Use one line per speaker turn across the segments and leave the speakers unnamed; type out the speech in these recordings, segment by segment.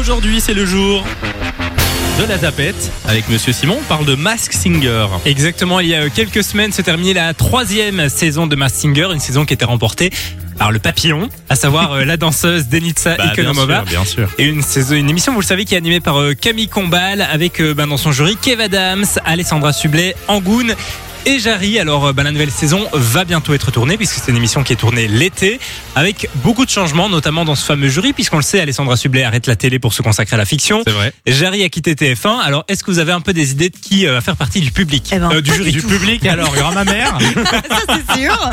Aujourd'hui, c'est le jour de la tapette avec Monsieur Simon. On parle de Mask Singer.
Exactement, il y a euh, quelques semaines se terminait la troisième saison de Mask Singer, une saison qui était remportée par le papillon, à savoir euh, la danseuse Denitsa Ikonomova.
Bah, bien sûr.
Et une, saison, une émission, vous le savez, qui est animée par euh, Camille Combal, avec euh, ben, dans son jury Kev Adams, Alessandra Sublet, Angoun et Jarry. Alors euh, ben, la nouvelle saison va bientôt être tournée, puisque c'est une émission qui est tournée l'été, avec beaucoup de changements, notamment dans ce fameux jury, puisqu'on le sait, Alessandra Sublet arrête la télé pour se consacrer à la fiction.
C'est vrai.
Jarry a quitté TF1. Alors, est-ce que vous avez un peu des idées de qui euh, va faire partie du public
Eh ben,
Euh, Du
pas
jury
du tout.
public Alors, il y aura ma mère.
Ça, c'est sûr.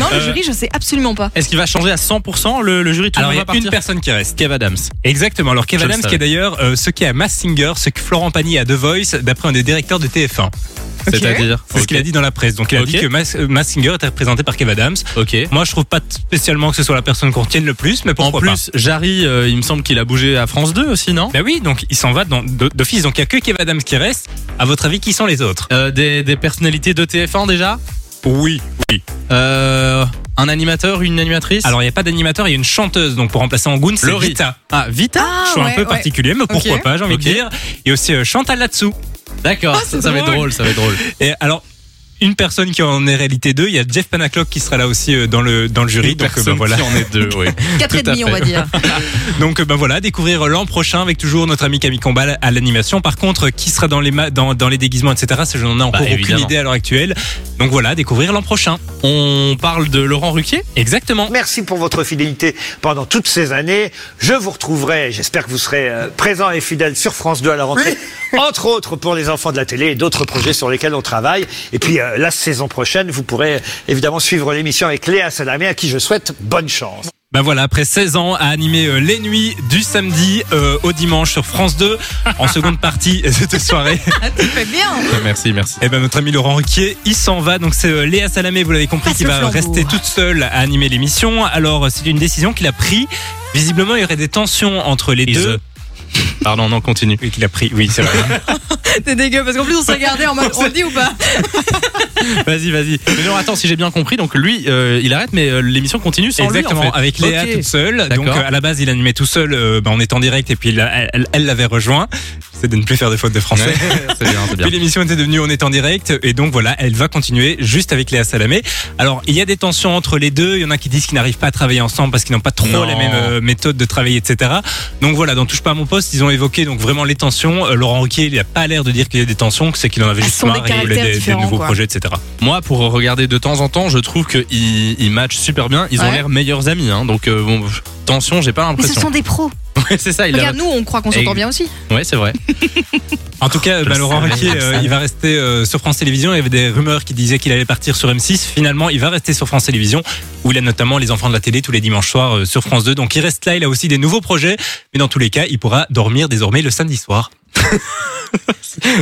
Non,
Euh,
le jury, je sais absolument pas.
Est-ce qu'il va changer à 100% le, le jury Tout le
Alors,
monde
il y
va
a une
partir
personne qui reste.
Kev Adams.
Exactement. Alors, Kev
Je le
Adams, qui
savais.
est d'ailleurs euh, ce qui est à Mass Singer, ce que Florent Pagny a The Voice, d'après un des directeurs de TF1.
Ok.
C'est-à-dire
C'est ce qu'il a dit dans la presse. Donc, il a
Ok.
dit que Mass, euh, Mass Singer était représenté par Kev Adams.
Ok.
Moi, je trouve pas spécialement que ce soit la personne qu'on retienne le plus, mais
En
pourquoi pas.
plus, Jarry, euh, il me semble qu'il a bougé à France 2 aussi, non
Ben oui, donc il s'en va dans- d'o- d'office. Donc, il y a que Kev Adams qui reste. À votre avis, qui sont les autres
Euh, des, des personnalités de TF1 déjà
Oui.
Euh, Un animateur, une animatrice
Alors, il n'y a pas d'animateur, il y a une chanteuse. Donc, pour remplacer Angoun, c'est
Laurie.
Rita.
Ah, Vita
Ah,
Je suis un
ouais,
peu
ouais.
particulier, mais pourquoi
Ok.
pas, j'ai envie de
Ok.
dire. Et aussi euh, Chantal là-dessous.
D'accord,
oh,
Ah,
ça,
c'est
ça va être
drôle.
drôle, ça va être drôle.
Et alors, une personne qui en est réalité deux, il y a Jeff Panaclock qui sera là aussi euh, dans le, dans le jury.
Une
Donc, euh,
personne
ben voilà.
qui en est deux, oui.
Quatre et
Tout à
demi, on
fait.
va dire.
Donc, euh, ben voilà, découvrir l'an prochain avec toujours notre ami Camille Combal à l'animation. Par contre, euh, qui sera dans les, ma- dans, dans les déguisements, etc., ça, je n'en ai encore aucune
Bah, évidemment.
idée à l'heure actuelle. Donc voilà, découvrir l'an prochain.
On parle de Laurent Ruquier
Exactement.
Merci pour votre fidélité pendant toutes ces années. Je vous retrouverai, j'espère que vous serez euh, présents et fidèles sur France 2 à la rentrée, entre autres pour les enfants de la télé et d'autres projets sur lesquels on travaille. Et puis euh, la saison prochaine, vous pourrez euh, évidemment suivre l'émission avec Léa Salamé, à qui je souhaite bonne chance.
Ben voilà, après 16 ans à animer euh, les nuits du samedi euh, au dimanche sur France 2, en seconde partie de cette soirée.
Ah, tu fais bien.
Merci, merci.
Et ben notre ami Laurent Ruquier, il s'en va. Donc c'est euh, Léa Salamé, vous l'avez compris,
Passe
qui
le
va
flambeau.
rester toute seule à animer l'émission. Alors euh, c'est une décision qu'il a prise. Visiblement, il y aurait des tensions entre les
Is-
deux.
Pardon, non, continue.
Oui, qu'il a pris. Oui, c'est vrai.
T'es dégueu, parce qu'en plus, on se regardait en mode, on le dit ou pas
Vas-y, vas-y. Mais non, attends, si j'ai bien compris, donc lui, euh, il arrête, mais euh, l'émission continue sans
Exactement.
lui, en fait.
Avec Léa
Ok.
toute seule. Donc
D'accord.
euh, à la base, il animait tout seul. euh, ben, on est en direct et puis il a- elle- elle- elle l'avait rejoint. C'est de ne plus faire des fautes de français.
Ouais, c'est bien, c'est bien.
Puis l'émission était devenue On est en direct et donc voilà, elle va continuer juste avec Léa Salamé. Alors il y a des tensions entre les deux, il y en a qui disent qu'ils n'arrivent pas à travailler ensemble parce qu'ils n'ont pas trop
Non.
les mêmes euh, méthodes de travail, etc. Donc voilà, dans Touche pas à mon poste, ils ont évoqué donc vraiment les tensions. Euh, Laurent Ruquier, il n'a pas l'air de dire qu'il y a des tensions, que c'est qu'il en avait
Elles
juste
Ah, sont des
marre et il voulait
caractères
des, des
différents,
nouveaux
quoi.
projets, etc.
Moi, pour regarder de temps en temps, je trouve qu'ils ils matchent super bien. Ils ont
Ouais.
l'air meilleurs amis. hein. donc, euh, bon, tension, j'ai pas
Mais ce
l'impression.
sont des pros.
Ouais, c'est ça, il a...
Regarde, nous, on croit qu'on s'entend bien aussi.
Ouais, c'est vrai.
En tout cas, bah, Laurent
savais,
Ruquier,
je le
euh,
savais.
il va rester euh, sur France Télévisions. Il y avait des rumeurs qui disaient qu'il allait partir sur M6. Finalement, il va rester sur France Télévisions, où il a notamment les enfants de la télé tous les dimanches soirs euh, sur France 2. Donc il reste là, il a aussi des nouveaux projets. Mais dans tous les cas, il pourra dormir désormais le samedi soir.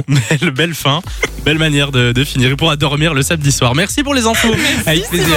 belle, belle fin, belle manière de, de finir. Il pourra dormir le samedi soir. Merci pour les infos. Avec plaisir.